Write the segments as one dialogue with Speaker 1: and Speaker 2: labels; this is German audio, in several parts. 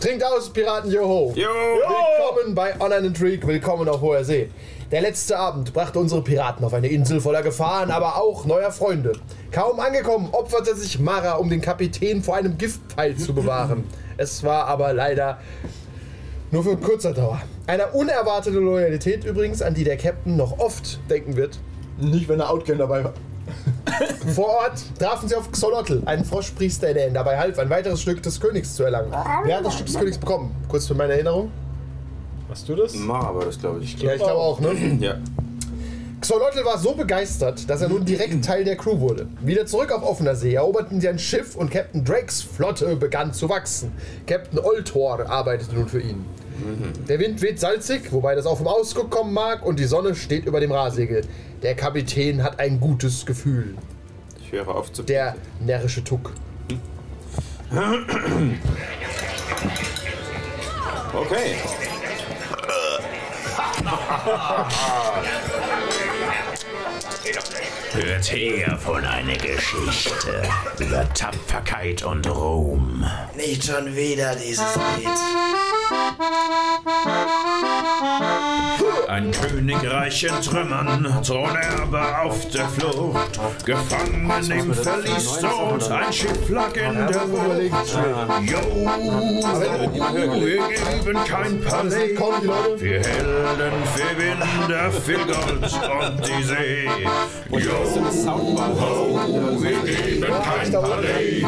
Speaker 1: Trinkt aus, Piraten, joho!
Speaker 2: Jo!
Speaker 1: Willkommen bei Online Intrigue, willkommen auf hoher See. Der letzte Abend brachte unsere Piraten auf eine Insel voller Gefahren, aber auch neuer Freunde. Kaum angekommen, opferte sich Mara, um den Kapitän vor einem Giftpfeil zu bewahren. Es war aber leider nur für kurzer Dauer. Einer unerwarteten Loyalität übrigens, an die der Captain noch oft denken wird.
Speaker 3: Nicht, wenn der Outcam dabei war.
Speaker 1: Vor Ort trafen sie auf Xolotl, einen Froschpriester, der ihnen dabei half, ein weiteres Stück des Königs zu erlangen. Wer hat das Stück des Königs bekommen? Kurz für meine Erinnerung.
Speaker 4: Hast du das?
Speaker 2: Mara war das, glaube ich.
Speaker 1: Ja, ich glaube auch, ne?
Speaker 2: Ja.
Speaker 1: Xolotl war so begeistert, dass er nun direkt Teil der Crew wurde. Wieder zurück auf offener See eroberten sie ein Schiff und Captain Drakes Flotte begann zu wachsen. Captain Oltor arbeitete nun für ihn. Der Wind weht salzig, wobei das auch vom Ausguck kommen mag, und die Sonne steht über dem Rahsegel. Der Kapitän hat ein gutes Gefühl.
Speaker 2: Ich höre auf zu.
Speaker 1: Der närrische Tuck.
Speaker 2: Okay.
Speaker 5: Hört her von einer Geschichte über Tapferkeit und Ruhm.
Speaker 6: Nicht schon wieder dieses Lied.
Speaker 5: Ein Königreich in Trümmern, Thronerbe auf der Flucht, Gefangenen im Verlies und ein Schiff lag in der Bucht. Jo, wir geben kein Palais,
Speaker 1: Kommen die Leute?
Speaker 5: wir Helden, für Winder, für Gold und die See. Jo, ho, wir geben kein Palais,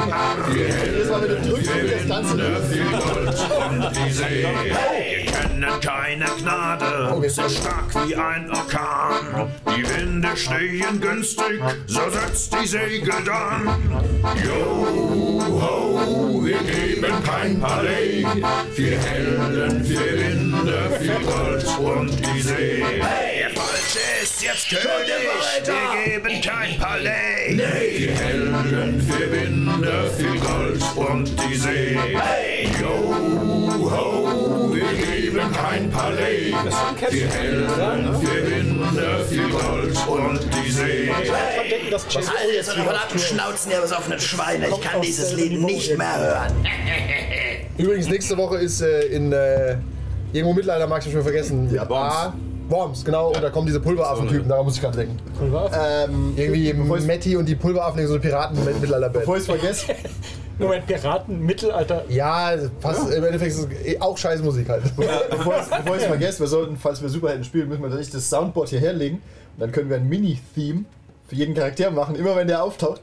Speaker 5: wir
Speaker 1: Das war mit dem Drücken
Speaker 5: Oh, wir
Speaker 1: das Ganze.
Speaker 5: Winde viel Gold und die See. Wir kennen keine Gnade, sind stark wie ein Orkan. Die Winde stehen günstig, so setzt die Segel dann. Jo, ho, wir geben kein Palais. Wir Helden, wir Winde, viel Gold und die See. Der Falsche ist jetzt König, wir geben kein Palais. Die Helden, wir Winde, viel Gold und die See. Jo, ho, wir geben kein Palais. Wir Helden, wir Winde, viel Gold und die See.
Speaker 4: Ich denken,
Speaker 1: Äh.
Speaker 4: das Chase
Speaker 6: Halt jetzt die verdammten Schnauzen, ihr besoffenen Schweine. Ich kann dieses Lied nicht mehr hören.
Speaker 1: Übrigens, nächste Woche ist äh, in äh, irgendwo Mittelaltermarkt, hab ich schon vergessen. Ja,
Speaker 2: Worms.
Speaker 1: Worms, genau, und da kommen diese Pulveraffen-Typen, daran muss ich gerade denken.
Speaker 3: Ähm,
Speaker 1: Irgendwie Matti und die Pulveraffen, irgendwie so Piraten mit Mittelalterband.
Speaker 3: bevor ich es vergesse,
Speaker 4: Moment, Piraten, Mittelalter.
Speaker 1: Äh. Ja, passt, im Endeffekt ist es eh auch scheiß Musik halt.
Speaker 3: bevor ich's- bevor ich's vergesse, wir sollten, falls wir Superhelden spielen, müssen wir tatsächlich das Soundboard hier herlegen. Und dann können wir ein Mini-Theme für jeden Charakter machen, immer wenn der auftaucht.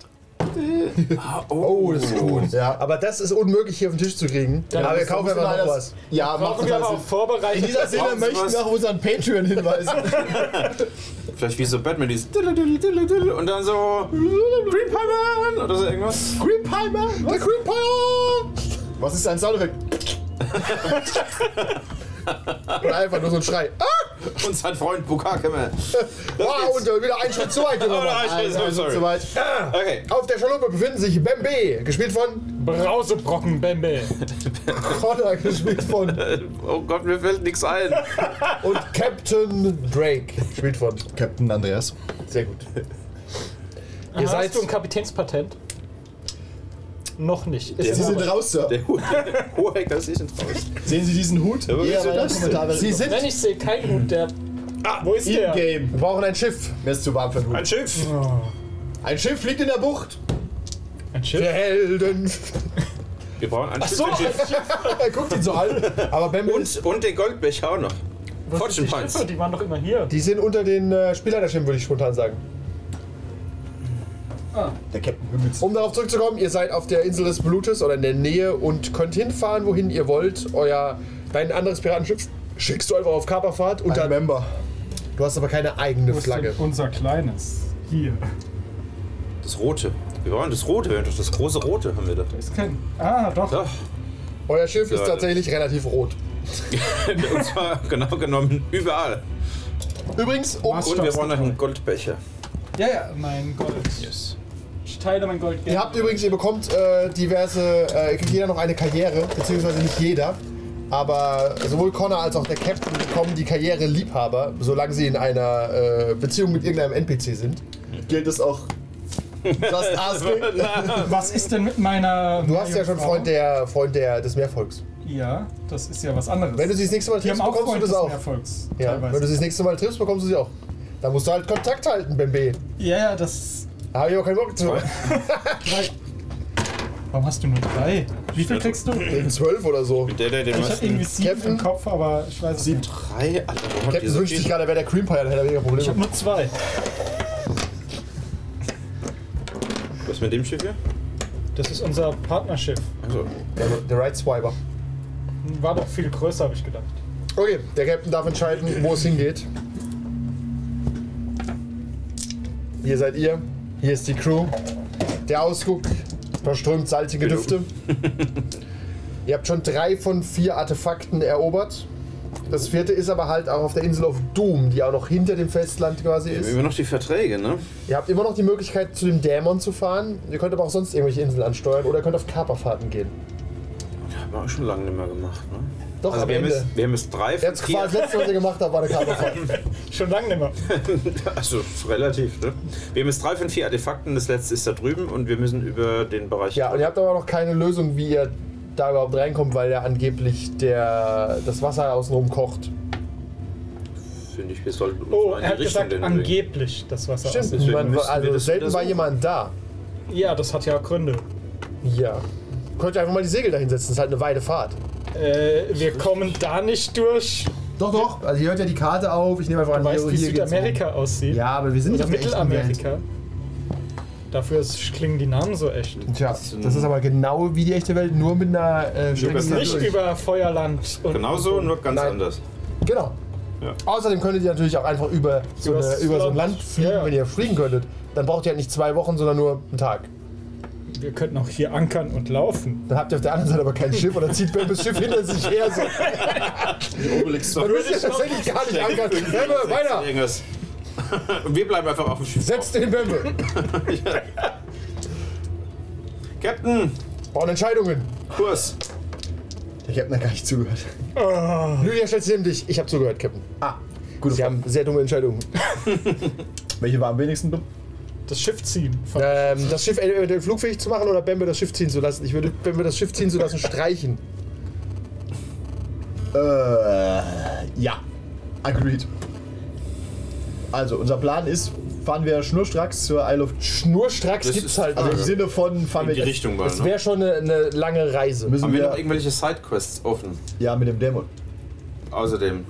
Speaker 1: Oh, das ist gut.
Speaker 3: Ja.
Speaker 1: Aber das ist unmöglich hier auf den Tisch zu kriegen. aber wir
Speaker 3: Das
Speaker 1: kaufen
Speaker 3: muss
Speaker 1: einfach
Speaker 3: leider-
Speaker 1: noch was.
Speaker 3: Ja,
Speaker 4: Brauchen
Speaker 3: machen
Speaker 4: wir
Speaker 3: wir
Speaker 4: aber auch vorbereitet.
Speaker 3: In dieser Sinne
Speaker 2: Brauchen Sie
Speaker 3: möchten
Speaker 2: was?
Speaker 3: wir auf unseren Patreon hinweisen.
Speaker 2: Vielleicht wie so Batman, dieses Diddle, Diddle, Diddle, Diddle und dann so Green Palmer oder so irgendwas.
Speaker 3: Creepheimer! Der Creepheimer! Was ist ein Soundeffekt?
Speaker 1: Oder einfach nur so ein Schrei. Ah,
Speaker 2: Und sein Freund Bukakeme.
Speaker 1: wow, und äh, wieder einen Schritt zu weit
Speaker 2: Oh nein,
Speaker 1: gemacht.
Speaker 2: ich bin so sorry.
Speaker 3: Soweit.
Speaker 2: Okay.
Speaker 1: Auf der Schaluppe befinden sich Bembe, gespielt von
Speaker 4: Brausebrocken, Bembe.
Speaker 1: Connor, gespielt von
Speaker 2: Oh Gott, mir fällt nichts ein.
Speaker 1: und Captain Drake, gespielt von.
Speaker 3: Captain Andreas.
Speaker 1: Sehr gut.
Speaker 4: Ihr
Speaker 1: seid-
Speaker 4: Hast du ein Kapitänspatent? Noch nicht. Ist
Speaker 3: Sie
Speaker 4: in
Speaker 3: sind
Speaker 4: Arbeit.
Speaker 3: raus, Sir.
Speaker 2: Der Hoheck, das ist nicht raus.
Speaker 3: Sehen Sie diesen Hut?
Speaker 2: Aber wieso
Speaker 3: weil
Speaker 2: das
Speaker 3: die Kommentare
Speaker 4: Sie
Speaker 3: sind
Speaker 4: sind. Nein, ich sehe keinen
Speaker 1: Mhm.
Speaker 4: Hut, der. Ah, wo ist
Speaker 3: im
Speaker 4: der?
Speaker 3: Game.
Speaker 1: Wir brauchen ein Schiff. um
Speaker 3: Mir ist zu warm für den Hut.
Speaker 2: Schiff.
Speaker 1: Oh.
Speaker 3: Ein Schiff liegt in der Bucht.
Speaker 4: Ein
Speaker 1: Wir
Speaker 4: Schiff.
Speaker 1: Helden.
Speaker 2: Wir brauchen ein Schiff.
Speaker 4: So,
Speaker 2: ein Schiff.
Speaker 1: Er guckt ihn so an. Aber Bembe ist,
Speaker 2: Und, und den Goldbecher auch noch. Fortune
Speaker 4: die,
Speaker 2: Pints.
Speaker 4: Schiffe, die waren doch immer hier.
Speaker 1: die sind unter den äh, Spielleiterschirmen, würde ich spontan sagen.
Speaker 3: Der Captain bemüht sich.
Speaker 1: Um darauf zurückzukommen, ihr seid auf der Insel des Blutes oder in der Nähe und könnt hinfahren, wohin ihr wollt. Euer dein anderes Piratenschiff schickst du einfach auf Kaperfahrt und
Speaker 3: Ein
Speaker 1: dann.
Speaker 3: Member.
Speaker 1: Du hast aber keine eigene
Speaker 7: Wo ist
Speaker 1: Flagge.
Speaker 7: denn unser kleines? Hier.
Speaker 2: Das Rote. Wir brauchen das Rote. Wir haben doch das große Rote haben wir da.
Speaker 7: Ist kein. Ah, doch.
Speaker 2: Doch.
Speaker 1: Euer Schiff ist
Speaker 2: Ja,
Speaker 1: tatsächlich relativ rot.
Speaker 2: Und zwar genau genommen überall.
Speaker 1: Übrigens, um,
Speaker 7: Was?
Speaker 2: Und wir brauchen noch einen Goldbecher.
Speaker 7: Ja, ja, mein Gold.
Speaker 2: Yes.
Speaker 7: Ich teile mein Gold gerne.
Speaker 1: ihr habt übrigens, ihr bekommt äh, diverse, äh, ihr kriegt jeder noch eine Karriere, beziehungsweise nicht jeder. Aber sowohl Connor als auch der Captain bekommen die Karriere Liebhaber, solange sie in einer äh, Beziehung mit irgendeinem NPC sind.
Speaker 3: Gilt es auch. Just asking.
Speaker 7: Was ist denn mit meiner.
Speaker 1: Du hast ja schon
Speaker 7: Frau?
Speaker 1: Freund der Freund der, des Meervolks.
Speaker 7: Ja, das ist ja was anderes.
Speaker 1: Wenn du sie das nächste Mal
Speaker 7: die haben
Speaker 1: triffst,
Speaker 7: auch
Speaker 1: bekommst du das auch.
Speaker 7: Erfolgs
Speaker 1: Ja, wenn
Speaker 7: teilweise.
Speaker 1: du sie das nächste Mal triffst, bekommst du sie auch. Da musst du halt Kontakt halten, Bembe.
Speaker 7: ja, ja, das.
Speaker 1: Da habe ich auch keinen Bock zu.
Speaker 7: Drei. Warum hast du nur drei? Wie viel kriegst du?
Speaker 1: Wegen zwölf oder so.
Speaker 2: Der, der den
Speaker 7: Ich hab irgendwie
Speaker 2: meisten...
Speaker 7: sieben
Speaker 1: Captain?
Speaker 7: im Kopf, aber ich weiß es nicht.
Speaker 2: Drei? Alter, warum habt ihr
Speaker 1: Captain
Speaker 2: so
Speaker 1: wünscht sich
Speaker 2: viel?
Speaker 1: gerade, er wäre der Cream Pie, dann hätte er weniger
Speaker 4: Ich
Speaker 1: Probleme.
Speaker 4: habe nur zwei.
Speaker 2: Was mit dem Schiff hier?
Speaker 4: Das ist unser Partnerschiff.
Speaker 2: Achso.
Speaker 1: Der, der Right Swiper.
Speaker 4: War doch viel größer, habe ich gedacht.
Speaker 1: Okay, der Captain darf entscheiden, wo es hingeht. Hier seid ihr, hier ist die Crew. Der Ausguck verströmt salzige Düfte. ihr habt schon drei von vier Artefakten erobert. Das vierte ist aber halt auch auf der Insel of Doom, die auch noch hinter dem Festland quasi
Speaker 2: Wir
Speaker 1: ist.
Speaker 2: haben immer noch die Verträge, ne?
Speaker 1: Ihr habt immer noch die Möglichkeit, zu dem Dämon zu fahren. Ihr könnt aber auch sonst irgendwelche Inseln ansteuern oder ihr könnt auf Kaperfahrten gehen.
Speaker 2: Haben wir auch schon lange nicht mehr gemacht, ne?
Speaker 1: Doch,
Speaker 2: Also
Speaker 1: am
Speaker 2: wir haben,
Speaker 1: Ende.
Speaker 2: jetzt, wir haben jetzt drei
Speaker 1: Jetzt
Speaker 2: von vier.
Speaker 1: quasi das letzte, was ihr gemacht habt, war eine Kaperfahrt.
Speaker 4: Schon lange nicht mehr.
Speaker 2: Also ist relativ, ne? Wir haben jetzt drei von vier Artefakten, das letzte ist da drüben und wir müssen über den Bereich.
Speaker 1: Ja, und ihr habt aber noch keine Lösung, wie ihr da überhaupt reinkommt, weil ja angeblich der, das Wasser außenrum kocht.
Speaker 2: Finde ich, wir sollten uns
Speaker 4: Oh,
Speaker 2: mal in
Speaker 4: er hat
Speaker 2: die Richtung
Speaker 4: gesagt,
Speaker 2: denn
Speaker 4: angeblich das Wasser
Speaker 1: Stimmt,
Speaker 4: aus.
Speaker 2: deswegen
Speaker 1: niemand,
Speaker 2: müssten wir
Speaker 1: also
Speaker 2: das
Speaker 1: selten war
Speaker 2: untersuchen.
Speaker 1: jemand da.
Speaker 4: Ja, das hat ja Gründe.
Speaker 1: Ja. Könnt ihr einfach mal die Segel dahin setzen, das ist halt eine weite Fahrt.
Speaker 4: Äh, wir kommen da nicht durch.
Speaker 1: Doch, doch, also ihr hört ja die Karte auf, ich nehme einfach an,
Speaker 4: Weißt du, wie Südamerika aussieht?
Speaker 1: Ja, aber wir sind
Speaker 4: Oder
Speaker 1: nicht auf der echten Welt.
Speaker 4: Mittelamerika. Dafür ist, klingen die Namen so echt.
Speaker 1: Tja, das ist aber genau wie die echte Welt, nur mit einer äh, Strecke.
Speaker 2: besser.
Speaker 1: dadurch.
Speaker 4: Nicht über Feuerland und
Speaker 2: Genauso, nur ganz
Speaker 1: Nein.
Speaker 2: anders.
Speaker 1: Genau.
Speaker 2: Ja.
Speaker 1: Außerdem könntet ihr natürlich auch einfach über so,
Speaker 4: Übers
Speaker 1: eine, über so ein
Speaker 4: Land.
Speaker 1: Land fliegen,
Speaker 4: Ja, ja.
Speaker 1: wenn ihr fliegen könntet. Dann braucht ihr halt nicht zwei Wochen, sondern nur einen Tag.
Speaker 4: wir könnten auch hier ankern und laufen.
Speaker 1: Dann habt ihr auf der anderen Seite aber kein Schiff oder zieht Bembes Schiff hinter sich her. So.
Speaker 2: Obelix
Speaker 1: Man muss ja tatsächlich gar nicht ankern. Bembe, weiter!
Speaker 2: Irgendwas. Und wir bleiben einfach auf dem Schiff.
Speaker 1: Setzt den Bembe!
Speaker 2: Captain,
Speaker 1: Brauchen Entscheidungen.
Speaker 2: Kurs.
Speaker 3: Ich hab mir gar nicht zugehört.
Speaker 1: Lydia, stellst du neben dich. Ich habe zugehört, Captain.
Speaker 3: Ah, gute
Speaker 1: Sie
Speaker 3: Frage.
Speaker 1: haben sehr dumme Entscheidungen.
Speaker 3: Welche war am wenigsten dumm?
Speaker 4: Das Schiff ziehen.
Speaker 1: Ähm, das Schiff eventuell flugfähig zu machen oder Bembe das Schiff ziehen zu lassen? Ich würde Bembe das Schiff ziehen zu lassen streichen.
Speaker 3: Äh, ja. Agreed. Also, unser Plan ist, fahren wir schnurstracks zur Isle of...
Speaker 1: Schnurstracks
Speaker 2: Das
Speaker 1: gibt's
Speaker 2: ist-
Speaker 1: halt
Speaker 3: Also im
Speaker 1: nicht.
Speaker 3: Sinne von fahren
Speaker 2: In
Speaker 3: wir...
Speaker 2: die Richtung mal,
Speaker 1: Das
Speaker 2: ne?
Speaker 1: wäre schon eine, eine lange Reise.
Speaker 3: Müssen
Speaker 2: Haben wir noch
Speaker 3: wir...
Speaker 2: irgendwelche Sidequests offen?
Speaker 3: Ja, mit dem Dämon.
Speaker 2: Außerdem.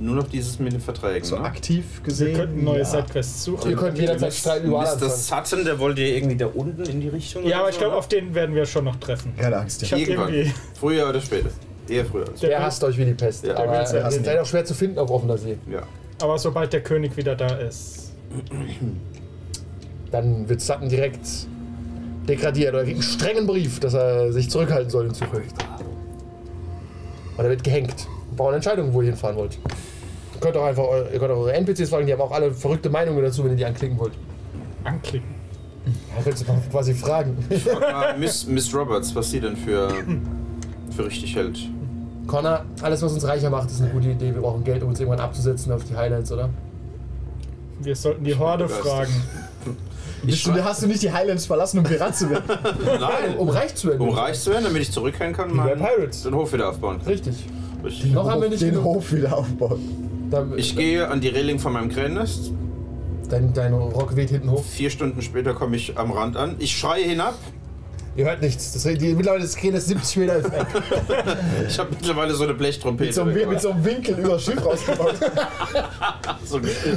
Speaker 2: Nur noch dieses mit den Verträgen,
Speaker 3: So
Speaker 2: ne?
Speaker 3: aktiv
Speaker 4: Wir
Speaker 3: gesehen...
Speaker 4: könnten neue
Speaker 3: ja.
Speaker 4: Sidequests suchen.
Speaker 1: Ihr könnt jederzeit streiten überall
Speaker 2: Mr.
Speaker 1: anfangen.
Speaker 2: Sutton, der wollte ja irgendwie da unten in die Richtung.
Speaker 4: Ja,
Speaker 2: oder
Speaker 4: aber
Speaker 2: so,
Speaker 4: ich glaube,
Speaker 2: ne?
Speaker 4: auf den werden wir schon noch treffen.
Speaker 3: Keine Angst. Ja.
Speaker 4: hab
Speaker 2: Irgendwann.
Speaker 4: irgendwie-
Speaker 2: Früher oder später. Eher früher als
Speaker 1: Der
Speaker 4: will-
Speaker 1: hasst euch wie die Pest.
Speaker 2: Ja, der
Speaker 1: aber
Speaker 4: will's ja
Speaker 1: ihr
Speaker 3: hassen.
Speaker 1: seid auch schwer zu finden auf offener See.
Speaker 2: Ja.
Speaker 4: Aber sobald der König wieder da ist.
Speaker 1: Dann wird Sutton direkt degradiert oder kriegt einen strengen Brief, dass er sich zurückhalten soll in Zukunft. Und er wird gehängt. Wir brauchen Entscheidungen, wo ihr hinfahren wollt. Ihr könnt auch einfach eure, ihr könnt auch eure NPCs fragen, die haben auch alle verrückte Meinungen dazu, wenn ihr die anklicken wollt.
Speaker 4: Anklicken.
Speaker 1: Ja, könnt ihr mal quasi fragen.
Speaker 2: Frag mal Ah, Miss, Miss Roberts, was sie denn für, für richtig hält.
Speaker 1: Connor, alles, was uns reicher macht, ist eine gute Idee. Wir brauchen Geld, um uns irgendwann abzusetzen auf die Highlands, oder?
Speaker 4: Wir sollten die Horde
Speaker 2: begeistert.
Speaker 4: fragen.
Speaker 3: Bist du,
Speaker 2: frag-
Speaker 3: hast du nicht die Highlands verlassen, um Pirat zu werden?
Speaker 2: Nein,
Speaker 1: Um reich zu werden.
Speaker 2: um reich zu werden, damit ich zurückkehren kann,
Speaker 1: bei
Speaker 2: meinen
Speaker 1: Pirates.
Speaker 2: den Hof wieder aufbauen kann.
Speaker 1: Richtig.
Speaker 2: Richtig.
Speaker 1: Noch haben wir nicht
Speaker 3: den
Speaker 1: genug.
Speaker 3: Hof wieder aufbauen.
Speaker 1: Da-
Speaker 2: Ich gehe an die Reling von meinem Krähennest.
Speaker 1: Dein, dein Rock weht hinten hoch.
Speaker 2: Vier Stunden später komme ich am Rand an. Ich schreie hinab.
Speaker 1: Ihr hört nichts. Das, die, mittlerweile ist das 70 Meter weg.
Speaker 2: Ich habe mittlerweile so eine Blechtrompete.
Speaker 3: So, ein- mit so einem Winkel über das Schiff rausgebaut. Äh,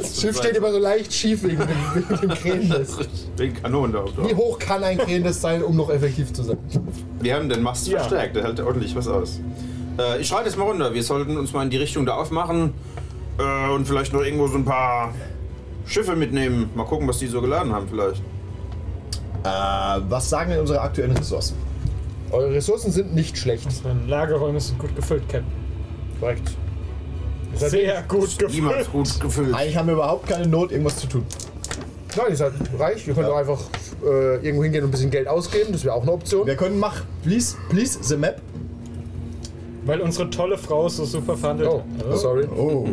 Speaker 1: Das Schiff steht immer so leicht schief wegen dem, wegen dem Krähennest.
Speaker 2: Wegen Kanonen da oben
Speaker 1: Wie
Speaker 2: drauf.
Speaker 1: hoch kann ein Krähennest sein, um noch effektiv zu sein?
Speaker 2: Wir haben den Mast
Speaker 4: Ja.
Speaker 2: verstärkt, der hält ordentlich was aus. Äh, ich schreite jetzt mal runter. Wir sollten uns mal in die Richtung da aufmachen äh, und vielleicht noch irgendwo so ein paar Schiffe mitnehmen. Mal gucken, was die so geladen haben vielleicht.
Speaker 3: äh, was sagen denn unsere aktuellen Ressourcen?
Speaker 1: Eure Ressourcen sind nicht schlecht.
Speaker 4: Unsere Lagerräume sind gut gefüllt, Captain.
Speaker 1: Korrekt.
Speaker 4: Sehr gut gefüllt.
Speaker 2: Niemals gut gefüllt.
Speaker 3: Eigentlich haben wir überhaupt keine Not, irgendwas zu tun.
Speaker 1: Nein, ihr seid reich. Ihr könnt auch einfach äh, irgendwo hingehen und ein bisschen Geld ausgeben. Das wäre auch eine Option.
Speaker 3: Wir können mach, please, please, the map.
Speaker 4: Weil unsere tolle Frau so super verhandelt
Speaker 1: Oh,
Speaker 4: hat.
Speaker 1: sorry.
Speaker 3: Oh.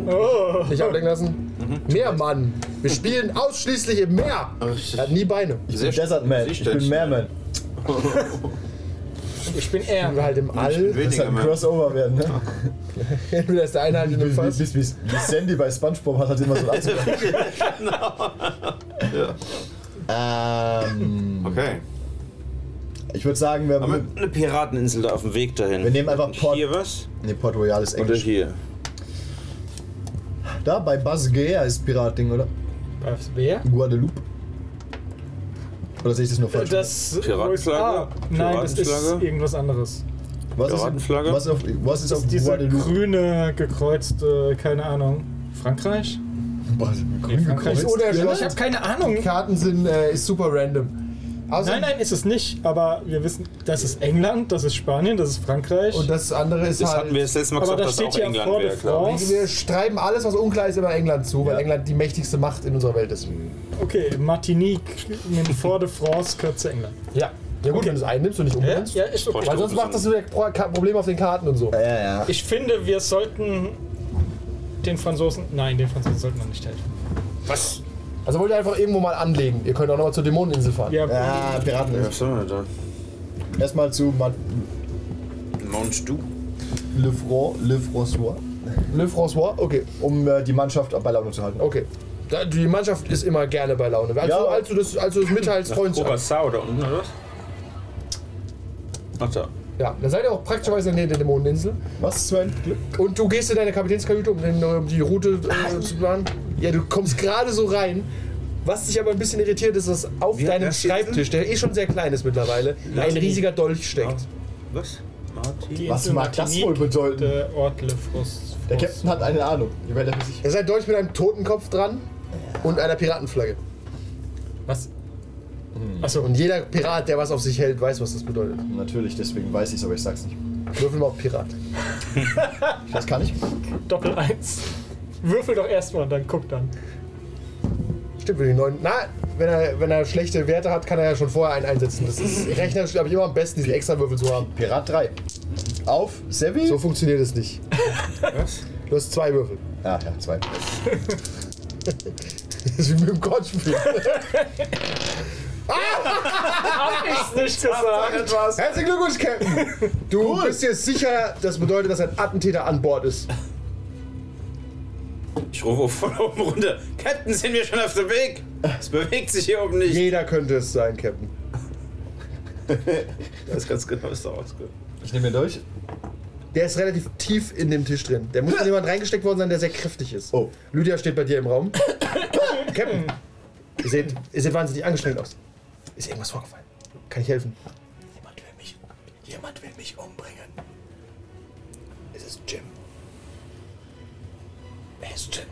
Speaker 1: Ich ablenken lassen. Meer, Mann. Wir spielen ausschließlich im Meer. Er hat nie Beine.
Speaker 2: Sehr
Speaker 3: Desert Man. Ich bin Merman.
Speaker 4: Ich bin er.
Speaker 1: Sind wir halt im All.
Speaker 3: Das
Speaker 2: Weniger,
Speaker 3: kann ein
Speaker 2: Mann.
Speaker 3: Crossover werden, ne?
Speaker 1: Entweder ist der eine halt in
Speaker 3: Wie,
Speaker 1: einem
Speaker 3: wie,
Speaker 1: Fass.
Speaker 3: wie, wie, wie Sandy bei Spongebob hat halt immer so einen Anzug. ähm,
Speaker 2: Okay.
Speaker 3: ich würde sagen, wir,
Speaker 2: Haben wir eine Pirateninsel da auf dem Weg dahin?
Speaker 3: wir nehmen einfach Port...
Speaker 2: hier was?
Speaker 3: Nee, Port Royal ist
Speaker 2: Oder
Speaker 3: Englisch.
Speaker 2: hier?
Speaker 3: Da, bei Buzz Gea ist Piratding, oder?
Speaker 4: Was, Äh, wer?
Speaker 3: Guadeloupe. Oder sehe ich das nur falsch?
Speaker 4: Das
Speaker 2: Piratenflagge?
Speaker 4: USA. Nein, das ist
Speaker 2: Piratenflagge?
Speaker 4: irgendwas anderes.
Speaker 3: was ist,
Speaker 2: Piratenflagge?
Speaker 3: was, auf, was ist
Speaker 4: Das
Speaker 3: auf
Speaker 4: ist diese
Speaker 3: Guadeloupe?
Speaker 4: grüne gekreuzte, keine Ahnung. Frankreich?
Speaker 3: Boah, grün
Speaker 4: Frankreich
Speaker 3: gekreuzt.
Speaker 4: ist
Speaker 1: unerschlossen.
Speaker 4: Ich habe keine Ahnung.
Speaker 1: Die Karten sind äh, ist super random. Also,
Speaker 4: Nein, nein, ist es nicht. Aber wir wissen, das ist England, das ist Spanien, das ist Frankreich.
Speaker 1: Und das andere ist
Speaker 2: Das
Speaker 1: halt.
Speaker 2: hatten wir das letzte Mal
Speaker 4: Aber
Speaker 2: gesagt,
Speaker 4: da
Speaker 2: dass
Speaker 4: steht
Speaker 2: auch
Speaker 4: hier
Speaker 2: England
Speaker 4: vor der
Speaker 2: wäre, glaube ich.
Speaker 4: Frau.
Speaker 1: wir schreiben alles, was unklar ist, immer England zu, weil
Speaker 3: Ja.
Speaker 1: England die mächtigste Macht in unserer Welt ist.
Speaker 4: okay, Martinique, nimm vor de France, kürze England.
Speaker 1: Ja. Ja gut,
Speaker 4: Okay.
Speaker 1: wenn du es einnimmst und nicht
Speaker 4: Ja,
Speaker 1: umbenennst.
Speaker 4: ja, ist okay.
Speaker 1: Weil sonst macht das wieder Pro- Ka- Probleme auf den Karten und so.
Speaker 3: Ja, ja.
Speaker 4: Ich finde, wir sollten den Franzosen. Nein, den Franzosen sollten wir nicht helfen.
Speaker 2: Was?
Speaker 1: Also wollt ihr einfach irgendwo mal anlegen. Ihr könnt auch nochmal zur Dämoneninsel fahren.
Speaker 4: Ja,
Speaker 3: Ja, Ah, Piraten.
Speaker 2: Was haben wir da?
Speaker 3: Erstmal zu Ma-
Speaker 2: Mount Du?
Speaker 3: Le Fro, Le François,
Speaker 1: Le François, okay.
Speaker 3: um äh, die Mannschaft bei Laune zu halten. Oh,
Speaker 1: Okay. Da- Die Mannschaft ist immer gerne bei Laune. Als,
Speaker 3: Ja.
Speaker 1: du, als, du, das, als du das mitteilst, freuen sie sich.
Speaker 2: Obersau da unten, oder was? Ach da.
Speaker 1: Ja, dann seid ihr auch praktischerweise in der Dämoneninsel.
Speaker 3: Was für ein Glück.
Speaker 1: Und du gehst in deine Kapitänskajüte, um, den, um die Route äh, zu planen. Ja, du kommst gerade so rein. Was dich aber ein bisschen irritiert, ist, dass auf
Speaker 2: Wie hat
Speaker 1: deinem
Speaker 2: das jetzt
Speaker 1: Schreibtisch, der eh schon sehr klein ist mittlerweile, ein
Speaker 2: Martin.
Speaker 1: riesiger Dolch steckt.
Speaker 2: Was? Martin?
Speaker 4: die
Speaker 3: Was
Speaker 4: Insel
Speaker 3: mag das
Speaker 4: Martinique,
Speaker 3: wohl bedeuten?
Speaker 4: Der Ort Le France.
Speaker 3: Der Captain hat eine Ahnung. Ich werde für sich.
Speaker 1: Es ist ein Dolch mit einem Totenkopf dran und einer Piratenflagge.
Speaker 4: Was? Achso,
Speaker 1: Und jeder Pirat, der was auf sich hält, weiß, was das bedeutet.
Speaker 3: Natürlich, deswegen weiß ich es, aber ich sag's nicht.
Speaker 1: Würfel mal auf Pirat.
Speaker 3: Das kann ich.
Speaker 4: Doppel 1. Würfel doch erstmal, dann guck dann.
Speaker 1: Stimmt, für die neuen. Na, wenn er, wenn er schlechte Werte hat, kann er ja schon vorher einen einsetzen. Das ist rechnerisch, glaube ich, immer am besten, diesen extra Würfel zu haben.
Speaker 3: Pirat 3. Auf, Sevi.
Speaker 1: So funktioniert es nicht.
Speaker 2: Was?
Speaker 1: Du hast zwei Würfel.
Speaker 3: Ah, ja, zwei.
Speaker 1: Das ist wie mit dem Golfspiel.
Speaker 4: Ist nicht gesagt.
Speaker 1: Herzlichen Glückwunsch, Captain! Du bist dir sicher, das bedeutet, dass ein Attentäter an Bord ist.
Speaker 2: Ich rufe von oben runter. Captain, sind wir schon auf dem Weg? Es bewegt sich hier oben nicht.
Speaker 1: Jeder könnte es sein, Captain.
Speaker 2: Das ist ganz genau, ist doch ausgeht.
Speaker 3: Ich nehme den durch.
Speaker 1: Der ist relativ tief in dem Tisch drin. Der muss in jemand reingesteckt worden sein, der sehr kräftig ist.
Speaker 3: Oh.
Speaker 1: Lydia steht bei dir im Raum. Captain! Ihr seht, ihr seht wahnsinnig angestrengt aus. Ist irgendwas vorgefallen? Kann ich helfen?
Speaker 6: Jemand will mich, jemand will mich umbringen. Es ist Jim. Wer ist Jim?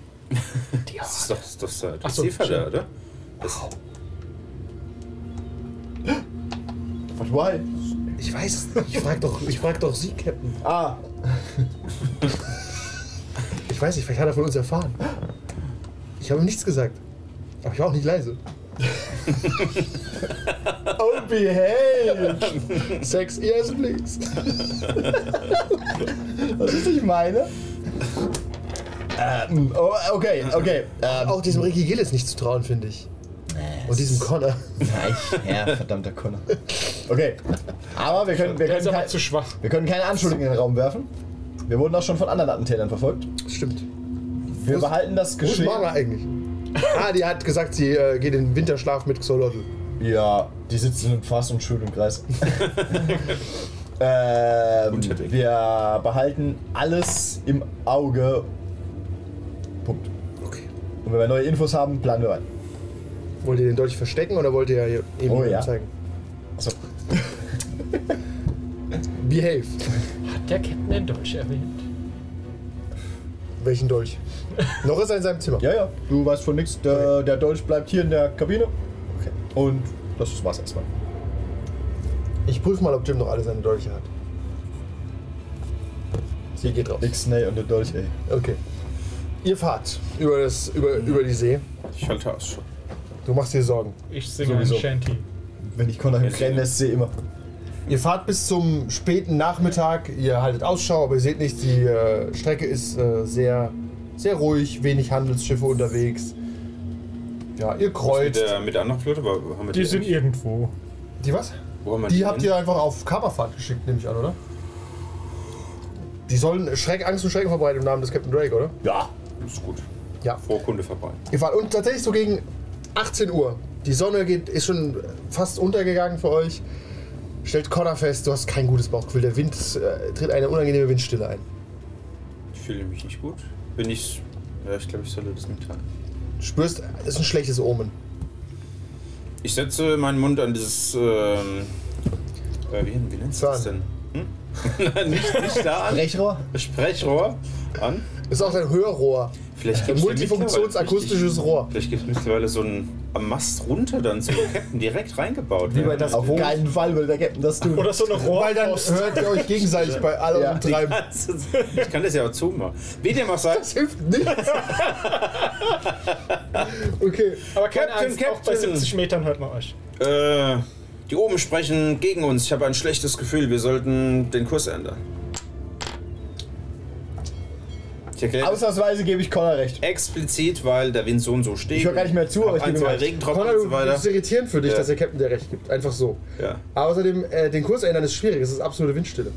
Speaker 6: Die
Speaker 2: Das
Speaker 6: Horde.
Speaker 2: ist doch, das ist doch so. Das
Speaker 4: Ach so,
Speaker 2: ist die
Speaker 4: stimmt.
Speaker 2: da, oder?
Speaker 3: But why?
Speaker 1: Ich weiß es nicht. Ich frag doch, ich frag doch Sie, Captain.
Speaker 3: Ah,
Speaker 1: Ich weiß nicht, vielleicht hat er von uns erfahren. Ich habe ihm nichts gesagt. Aber ich war auch nicht leise.
Speaker 3: oh behave.
Speaker 1: Sex, yes, please.
Speaker 3: Was ist ich meine? Ähm, oh, okay, okay. Ähm,
Speaker 1: Auch diesem Ricky Gill ist nicht zu trauen, finde ich. Und diesem Connor.
Speaker 3: nein, ja, verdammter Connor. Okay, aber wir können, wir
Speaker 4: Der
Speaker 3: können,
Speaker 4: ist aber
Speaker 3: kein,
Speaker 4: zu schwach.
Speaker 3: wir können keine Anschuldigungen in den Raum werfen. Wir wurden auch schon von anderen Attentätern verfolgt.
Speaker 1: Stimmt.
Speaker 3: Wir behalten das
Speaker 1: Wo ist
Speaker 3: Geschehen.
Speaker 1: Mara eigentlich? ah, die hat gesagt, sie äh, geht in den Winterschlaf mit Xolotl.
Speaker 3: Ja, die sitzen im Fass und schön im Kreis. ähm,
Speaker 2: Teppich.
Speaker 3: wir behalten alles im Auge. Punkt.
Speaker 1: Okay.
Speaker 3: Und wenn wir neue Infos haben, planen wir weiter.
Speaker 1: Wollt ihr den Dolch verstecken oder wollt ihr eben
Speaker 3: Oh,
Speaker 1: jemandem
Speaker 3: ja.
Speaker 1: zeigen?
Speaker 3: Achso.
Speaker 1: Behave.
Speaker 4: Hat der Captain den Deutsch erwähnt?
Speaker 1: Welchen Dolch? Noch ist er in seinem Zimmer.
Speaker 3: Ja, ja, du weißt von nichts. Der, der Dolch bleibt hier in der Kabine. Und das war's erstmal.
Speaker 1: Ich prüfe mal, ob Jim noch alle seine Dolche hat. Sie geht raus.
Speaker 3: Nix, nee, und der Dolch, ey.
Speaker 1: Okay. Ihr fahrt über, das, über, über die See.
Speaker 2: Ich halte aus schon.
Speaker 1: Du machst dir Sorgen.
Speaker 4: Ich singe ein
Speaker 3: Sowieso.
Speaker 4: Shanty.
Speaker 3: Wenn ich Connor im Rennen lässt, sehe immer.
Speaker 1: Ihr fahrt bis zum späten Nachmittag, ihr haltet Ausschau, aber ihr seht nichts. Die äh, Strecke ist äh, sehr, sehr ruhig, wenig Handelsschiffe unterwegs. Ja, ihr
Speaker 2: Mit
Speaker 1: kreuzt.
Speaker 2: der, mit der anderen Flotte war, haben wir
Speaker 4: Die sind
Speaker 2: eigentlich?
Speaker 4: irgendwo.
Speaker 1: Die was?
Speaker 2: Wo haben wir
Speaker 1: Die
Speaker 2: denn?
Speaker 1: habt ihr einfach auf Kaperfahrt geschickt, nehme ich an, oder? Die sollen Schreck, Angst und Schrecken verbreiten im Namen des Captain Drake, oder?
Speaker 2: Ja, ist gut.
Speaker 1: Ja.
Speaker 2: Vorkunde verbreiten.
Speaker 1: Ihr fahrt und tatsächlich so gegen 18 Uhr. Die Sonne geht, ist schon fast untergegangen für euch. Stellt Connor fest, du hast kein gutes Bauchgefühl. Der Wind äh, tritt eine unangenehme Windstille ein.
Speaker 2: Ich fühle mich nicht gut. Bin ich. Ja, ich glaube, ich soll dir das mitteilen.
Speaker 1: Du Spürst, es ist ein schlechtes Omen.
Speaker 2: Ich setze meinen Mund an dieses. Ähm, äh, wie, wie nennt sich das denn?
Speaker 1: Zahn.
Speaker 2: Hm? nicht, nicht da an.
Speaker 3: Brechrohr?
Speaker 2: Sprechrohr an.
Speaker 1: Das ist auch dein Hörrohr.
Speaker 2: Vielleicht
Speaker 1: Ein
Speaker 2: gibt's ja
Speaker 1: multifunktionsakustisches
Speaker 2: mittlerweile-
Speaker 1: Rohr.
Speaker 2: Vielleicht gibt es mittlerweile so ein am Mast runter dann zum Captain direkt reingebaut.
Speaker 3: Wie bei das auf keinen Fall will der Captain das tun.
Speaker 4: Oder so eine
Speaker 1: Weil dann
Speaker 4: Rohrpost.
Speaker 1: hört ihr euch gegenseitig bei all
Speaker 3: Ja.
Speaker 1: euren Treiben.
Speaker 2: Ich kann das ja auch zumachen. Wie dem auch sei.
Speaker 1: Das hilft nichts. Okay.
Speaker 4: Aber keine
Speaker 2: Captain,
Speaker 4: Angst, auch bei
Speaker 2: Captain.
Speaker 4: 70 Metern hört man euch.
Speaker 2: Äh, die oben sprechen gegen uns. Ich habe ein schlechtes Gefühl. Wir sollten den Kurs ändern. Ich erkläre das
Speaker 3: Ausnahmsweise gebe ich Connor
Speaker 2: Äh.
Speaker 3: recht.
Speaker 2: explizit, weil der Wind so und so steht.
Speaker 3: Ich höre gar nicht mehr zu, aber ich
Speaker 2: ein,
Speaker 3: gebe ihm
Speaker 2: zwei
Speaker 3: recht.
Speaker 2: Regentropfen
Speaker 1: Connor,
Speaker 2: und so
Speaker 1: du, das ist
Speaker 2: weiter.
Speaker 1: irritierend für dich,
Speaker 2: Ja.
Speaker 1: dass der Captain dir recht gibt. Einfach so.
Speaker 2: Ja,
Speaker 1: Aber außerdem, äh, den Kurs ändern ist schwierig. Es ist absolute Windstille.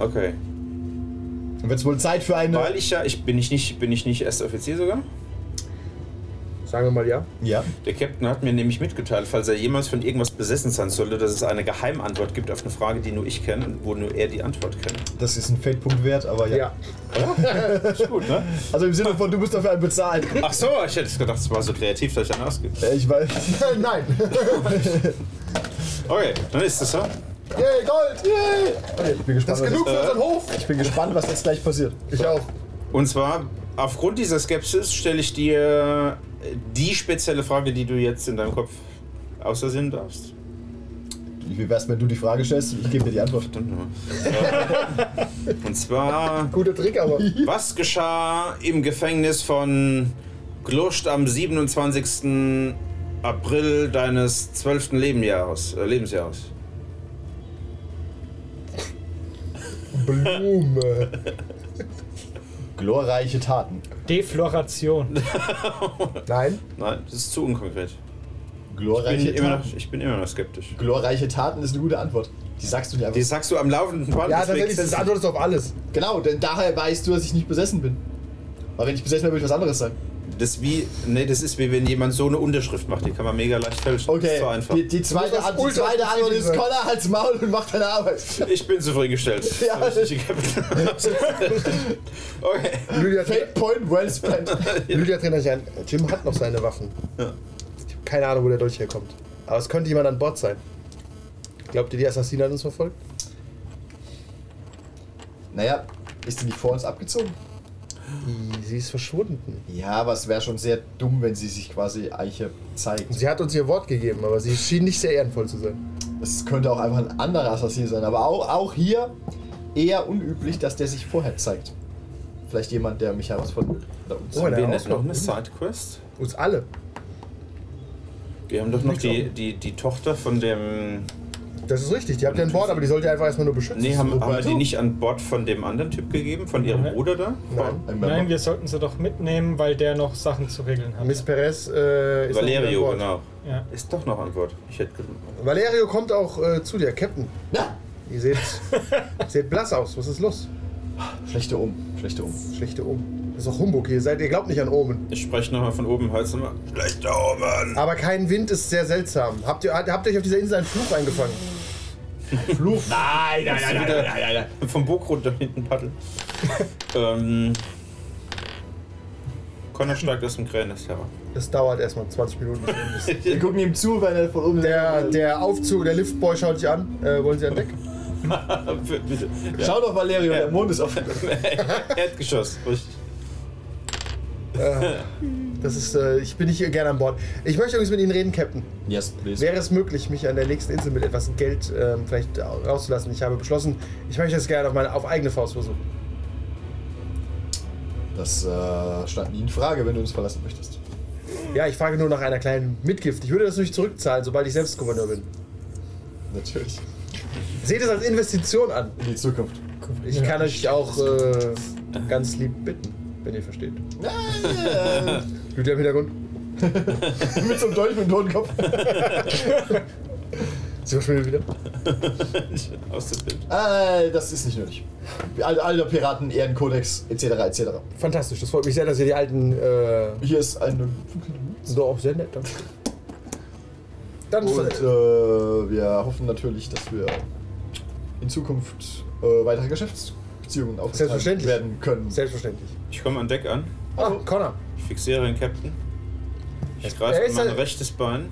Speaker 2: okay.
Speaker 3: Dann wird es wohl Zeit für eine.
Speaker 2: Weil ich ja, ich bin ich nicht, bin ich nicht erster Offizier sogar?
Speaker 1: Sagen wir mal ja.
Speaker 3: ja.
Speaker 2: Der Captain hat mir nämlich mitgeteilt, falls er jemals von irgendwas besessen sein sollte, dass es eine Geheimantwort gibt auf eine Frage, die nur ich kenne und wo nur er die Antwort kennt.
Speaker 3: Das ist ein Feldpunkt wert, aber ja.
Speaker 1: Ja.
Speaker 2: Ist gut, ne?
Speaker 3: Also im Sinne von, du musst dafür
Speaker 1: halt
Speaker 3: einen bezahlen.
Speaker 2: Ach so, ich hätte gedacht, es war so kreativ, dass ich dann ausgebe.
Speaker 3: Äh, Ich weiß.
Speaker 1: Nein.
Speaker 2: Okay, dann ist das so.
Speaker 1: Yay, Gold! Yay!
Speaker 3: Ich bin, gespannt,
Speaker 1: Das ist
Speaker 3: was
Speaker 1: genug für unseren Hof.
Speaker 3: jetzt, ich bin gespannt, was jetzt gleich passiert.
Speaker 1: Ich auch.
Speaker 2: Und zwar, aufgrund dieser Skepsis stelle ich dir äh, die spezielle Frage, die du jetzt in deinem Kopf außersehen darfst.
Speaker 3: Wie wär's, wenn du die Frage stellst? Ich gebe dir die Antwort.
Speaker 2: Verdammt nochmal. Und zwar,
Speaker 1: Guter Trick, aber.
Speaker 2: was geschah im Gefängnis von Gluscht am 27. April deines 12. Lebenjahres, äh, Lebensjahres?
Speaker 1: Blume.
Speaker 3: Glorreiche Taten.
Speaker 4: Defloration.
Speaker 1: Nein.
Speaker 2: Nein, das ist zu unkonkret. Ich
Speaker 3: Glorreiche
Speaker 2: bin immer
Speaker 3: Taten.
Speaker 2: noch, ich bin immer noch skeptisch.
Speaker 3: Glorreiche Taten ist eine gute Antwort. Die sagst du dir einfach.
Speaker 2: Die sagst du am laufenden Band.
Speaker 1: Ja,
Speaker 2: deswegen
Speaker 1: tatsächlich, das
Speaker 2: setzt-
Speaker 1: antwortest du auf alles.
Speaker 3: Genau, denn daher weißt du, dass ich nicht besessen bin. Aber wenn ich besessen bin, würde ich was anderes sagen.
Speaker 2: Das wie, nee, das ist wie wenn jemand so eine Unterschrift macht, die kann man mega leicht fälschen. Das
Speaker 3: Okay,
Speaker 2: ist so einfach.
Speaker 3: die, die
Speaker 1: Du
Speaker 3: zweite,
Speaker 1: musst das
Speaker 3: Ant- die
Speaker 1: ultra
Speaker 3: zweite Antwort ist
Speaker 1: sein.
Speaker 3: Connor halt's Maul und mach deine Arbeit.
Speaker 2: Ich bin zufriedengestellt.
Speaker 3: Ja.
Speaker 2: Hab ich nicht gehabt. okay.
Speaker 1: Lydia,
Speaker 3: Fate Point well spent.
Speaker 1: Lydia trainiert sich an. Jim hat noch seine Waffen. Ich habe keine Ahnung, wo der Dolch herkommt. Aber es könnte jemand an Bord sein. Glaubt ihr, die Assassine hat uns verfolgt?
Speaker 3: naja, ist die nicht vor uns abgezogen?
Speaker 1: Die- Sie ist verschwunden.
Speaker 3: Ja, aber es wäre schon sehr dumm, wenn sie sich quasi Eiche zeigt.
Speaker 1: Sie hat uns ihr Wort gegeben, aber sie schien nicht sehr ehrenvoll zu sein.
Speaker 3: Es könnte auch einfach ein anderer Assassin sein, aber auch, auch hier eher unüblich, dass der sich vorher zeigt. Vielleicht jemand, der mich herausfordert. Oder uns.
Speaker 1: Oh,
Speaker 2: Haben wir
Speaker 1: der
Speaker 2: nicht noch eine
Speaker 1: Ausflug.
Speaker 2: Sidequest?
Speaker 1: Uns alle.
Speaker 2: Wir haben doch noch die,
Speaker 1: glaube.
Speaker 2: die, die Tochter von dem.
Speaker 1: Das ist richtig, die habt ihr an Bord, aber die sollt ihr einfach erstmal nur beschützen.
Speaker 2: Nee, haben, haben wir
Speaker 3: Roberto?
Speaker 2: die nicht an Bord von dem anderen Typ gegeben? Von ihrem
Speaker 4: Nein.
Speaker 2: Bruder da?
Speaker 1: Nein.
Speaker 3: Ein
Speaker 4: Nein,
Speaker 3: Member.
Speaker 4: wir sollten sie doch mitnehmen, weil der noch Sachen zu regeln hat.
Speaker 1: Miss Perez äh, ist noch nicht an
Speaker 2: Valerio,
Speaker 1: Bord.
Speaker 2: genau.
Speaker 4: Ja.
Speaker 2: Ist doch noch an Bord. Ich hätte. ge-
Speaker 1: Valerio kommt auch äh, zu dir, Captain.
Speaker 3: Na,
Speaker 1: Ihr seht, seht blass aus. Was ist los?
Speaker 3: schlechte Um, schlechte Um.
Speaker 1: Schlechte Omen. Das ist doch Humbug. Ihr seid, ihr glaubt nicht an Omen.
Speaker 2: Ich spreche nochmal von oben, heißt nochmal. Schlechter Omen!
Speaker 1: Aber kein Wind ist sehr seltsam. Habt ihr, habt ihr euch auf dieser Insel einen Fluch eingefangen?
Speaker 3: Fluch.
Speaker 5: Nein, nein, nein, nein, nein, nein, nein, nein.
Speaker 2: Vom Bug runter hinten paddeln. ähm. Connor steigt aus dem Kränis herab.
Speaker 1: Das dauert erstmal 20 Minuten. bis oben ist.
Speaker 3: Wir gucken ihm zu, wenn er von oben
Speaker 1: Der, der Aufzug, der Liftboy schaut dich an. Äh, wollen Sie an Deck?
Speaker 2: Bitte. Ja.
Speaker 3: Schau doch, Valerio, der Mond ist offen.
Speaker 2: Erdgeschoss, richtig.
Speaker 1: Das ist, äh, ich bin nicht hier gerne an Bord. Ich möchte übrigens mit Ihnen reden, Captain.
Speaker 3: Yes, please.
Speaker 1: Wäre es möglich, mich an der nächsten Insel mit etwas Geld ähm, vielleicht au- rauszulassen? Ich habe beschlossen, ich möchte es gerne auf, meine, auf eigene Faust versuchen.
Speaker 3: Das äh, stand nie in Frage, wenn du uns verlassen möchtest.
Speaker 1: Ja, ich frage nur nach einer kleinen Mitgift. Ich würde das nicht zurückzahlen, sobald ich selbst Gouverneur bin.
Speaker 3: Natürlich.
Speaker 1: Seht es als Investition an.
Speaker 3: In die Zukunft.
Speaker 1: Ich kann euch auch äh, ganz lieb bitten, wenn ihr versteht. Lydia im Hintergrund.
Speaker 3: Mit so einem Dolch mit dem toten Kopf.
Speaker 1: Sind wir schon wieder?
Speaker 2: Aus dem Bild.
Speaker 3: Äh, das ist nicht nötig. Al- Alter Piraten, Ehrenkodex, etc. etc.
Speaker 1: Fantastisch, das freut mich sehr, dass ihr die alten. Äh,
Speaker 3: Hier ist eine.
Speaker 1: so auch sehr nett. Danke. Dann
Speaker 3: Und äh, wir hoffen natürlich, dass wir in Zukunft äh, weitere Geschäftsbeziehungen aufgetan
Speaker 1: Selbstverständlich.
Speaker 3: werden können.
Speaker 1: selbstverständlich.
Speaker 2: Ich komme an Deck an.
Speaker 1: Ah, Connor.
Speaker 2: Ich fixiere den Captain. Ich greife
Speaker 1: er
Speaker 2: in
Speaker 1: ist
Speaker 2: mein
Speaker 1: halt-
Speaker 2: rechtes Bein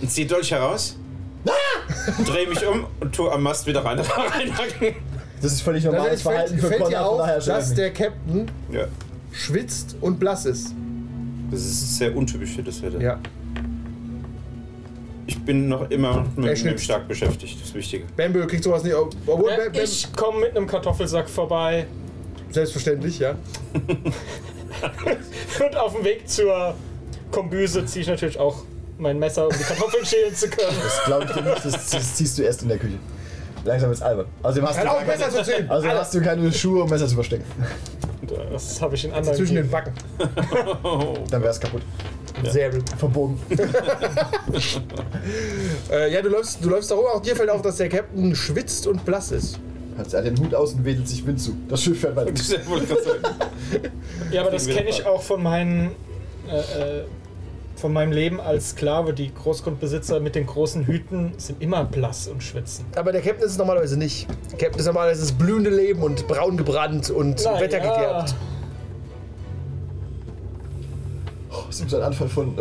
Speaker 2: und ziehe Dolch heraus. Drehe mich um und tue am Mast wieder rein. reinhacken.
Speaker 3: das ist völlig
Speaker 1: Dann
Speaker 3: normales
Speaker 1: fällt,
Speaker 3: Verhalten für
Speaker 1: fällt dir
Speaker 3: Connor, von daher
Speaker 1: auf,
Speaker 3: stört
Speaker 1: dass
Speaker 3: mich.
Speaker 1: der Captain
Speaker 2: ja.
Speaker 1: schwitzt und blass ist.
Speaker 2: Das ist sehr untypisch für das Wetter.
Speaker 1: Ja.
Speaker 2: Ich bin noch immer
Speaker 1: Er
Speaker 2: mit dem
Speaker 1: schnipst.
Speaker 2: stark beschäftigt, das ist Wichtige.
Speaker 1: Bamble kriegt sowas nicht. auf- Obwohl,
Speaker 4: Äh,
Speaker 1: Bam- Bam-
Speaker 4: ich komme mit einem Kartoffelsack vorbei
Speaker 1: Selbstverständlich, ja.
Speaker 4: und auf dem Weg zur Kombüse ziehe ich natürlich auch mein Messer, um die Kartoffeln schälen zu können.
Speaker 3: Das glaube ich dir nicht, das, das ziehst du erst in der Küche. Langsam ist albern. Außerdem hast, du
Speaker 1: Kann auch
Speaker 3: keine,
Speaker 1: besser zu ziehen.
Speaker 3: außerdem hast du keine Schuhe, um Messer zu verstecken.
Speaker 4: Das habe ich in
Speaker 3: Also,
Speaker 4: anderen
Speaker 1: Zwischen den
Speaker 4: Gegenden.
Speaker 1: Backen.
Speaker 3: Dann wär's kaputt.
Speaker 1: Sehr gut.
Speaker 3: Verbogen.
Speaker 1: Äh, ja, du läufst, du läufst darum. Auch dir fällt auf, dass der Captain schwitzt und blass ist.
Speaker 3: Hat er den Hut aus und wedelt sich Wind zu. Das Schiff fährt weiter.
Speaker 2: Das wollte ich gerade sagen.
Speaker 4: Ja, aber das
Speaker 2: Kriegen wir
Speaker 4: kenne ich
Speaker 2: noch mal.
Speaker 4: auch von meinen. Äh, äh, von meinem Leben als Sklave, die Großgrundbesitzer mit den großen Hüten sind immer blass und schwitzen.
Speaker 1: Aber der Captain ist es normalerweise nicht. Der Captain ist normalerweise das blühende Leben und braun gebrannt und
Speaker 4: Na
Speaker 1: wettergegerbt.
Speaker 4: ja.
Speaker 3: Oh, es gibt so einen Anfall von. Äh,